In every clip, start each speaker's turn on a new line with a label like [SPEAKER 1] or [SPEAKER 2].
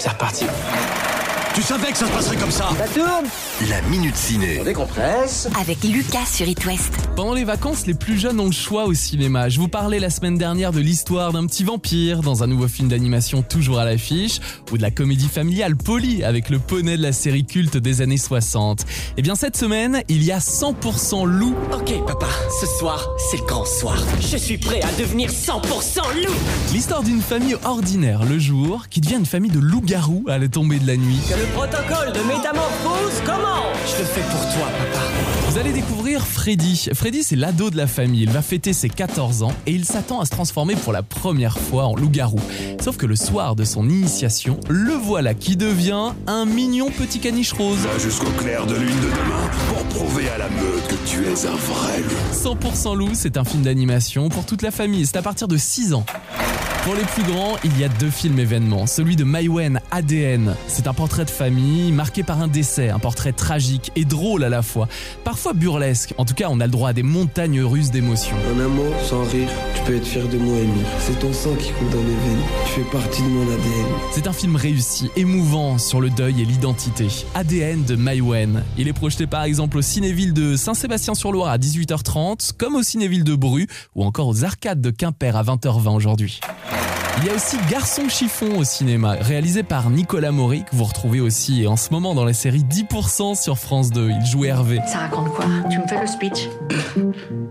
[SPEAKER 1] C'est reparti.
[SPEAKER 2] Tu savais que ça se passerait comme ça
[SPEAKER 1] Ça tourne
[SPEAKER 3] La minute ciné.
[SPEAKER 1] On décompresse.
[SPEAKER 4] Avec Lucas sur It West.
[SPEAKER 5] Pendant les vacances, les plus jeunes ont le choix au cinéma. Je vous parlais la semaine dernière de l'histoire d'un petit vampire dans un nouveau film d'animation toujours à l'affiche, ou de la comédie familiale Polly avec le poney de la série culte des années 60. Et bien cette semaine, il y a 100% loup.
[SPEAKER 6] Ok papa, ce soir, c'est le grand soir. Je suis prêt à devenir 100% loup
[SPEAKER 5] L'histoire d'une famille ordinaire le jour qui devient une famille de loups-garous à la tombée de la nuit.
[SPEAKER 6] Que le protocole de métamorphose commence Je le fais pour toi papa.
[SPEAKER 5] Vous allez découvrir Freddy. Freddy, c'est l'ado de la famille. Il va fêter ses 14 ans et il s'attend à se transformer pour la première fois en loup-garou. Sauf que le soir de son initiation, le voilà qui devient un mignon petit caniche rose.
[SPEAKER 7] Va jusqu'au clair de lune de demain pour prouver à la meute que tu es un vrai loup.
[SPEAKER 5] 100% loup, c'est un film d'animation pour toute la famille. C'est à partir de 6 ans. Pour les plus grands, il y a deux films événements. Celui de Maïwen, ADN. C'est un portrait de famille marqué par un décès, un portrait tragique et drôle à la fois. Parfois burlesque. En tout cas, on a le droit à des montagnes russes d'émotions.
[SPEAKER 8] En un mot, sans rire, tu peux être fier de moi, Emile. C'est ton sang qui coule dans mes veines. Tu fais partie de mon ADN.
[SPEAKER 5] C'est un film réussi, émouvant sur le deuil et l'identité. ADN de Maïwen. Il est projeté par exemple au Cinéville de Saint-Sébastien-sur-Loire à 18h30, comme au Cinéville de Bru ou encore aux arcades de Quimper à 20h20 aujourd'hui. Il y a aussi Garçon chiffon au cinéma, réalisé par Nicolas Maury, que vous retrouvez aussi en ce moment dans la série 10% sur France 2. Il joue Hervé.
[SPEAKER 9] Ça raconte quoi Tu me fais le speech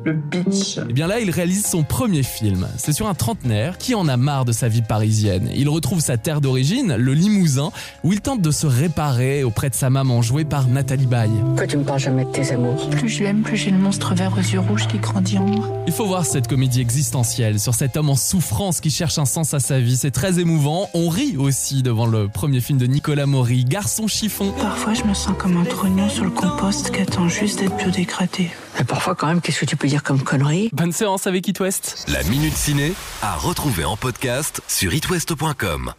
[SPEAKER 10] Le pitch.
[SPEAKER 5] Et Eh bien là, il réalise son premier film. C'est sur un trentenaire qui en a marre de sa vie parisienne. Il retrouve sa terre d'origine, le Limousin, où il tente de se réparer auprès de sa maman, jouée par Nathalie Baye.
[SPEAKER 9] Pourquoi tu me parles jamais de tes amours
[SPEAKER 10] Plus je l'aime, plus j'ai le monstre vert aux yeux rouges qui grandit en moi.
[SPEAKER 5] Il faut voir cette comédie existentielle sur cet homme en souffrance qui cherche un sens à sa vie. C'est très émouvant. On rit aussi devant le premier film de Nicolas Maury, Garçon chiffon.
[SPEAKER 10] Parfois, je me sens comme un trognon sur le compost qui attend juste d'être biodégradé.
[SPEAKER 9] Mais parfois, quand même, qu'est-ce que tu peux dire comme connerie
[SPEAKER 5] Bonne séance avec It West.
[SPEAKER 3] La minute ciné à retrouver en podcast sur itwest.com.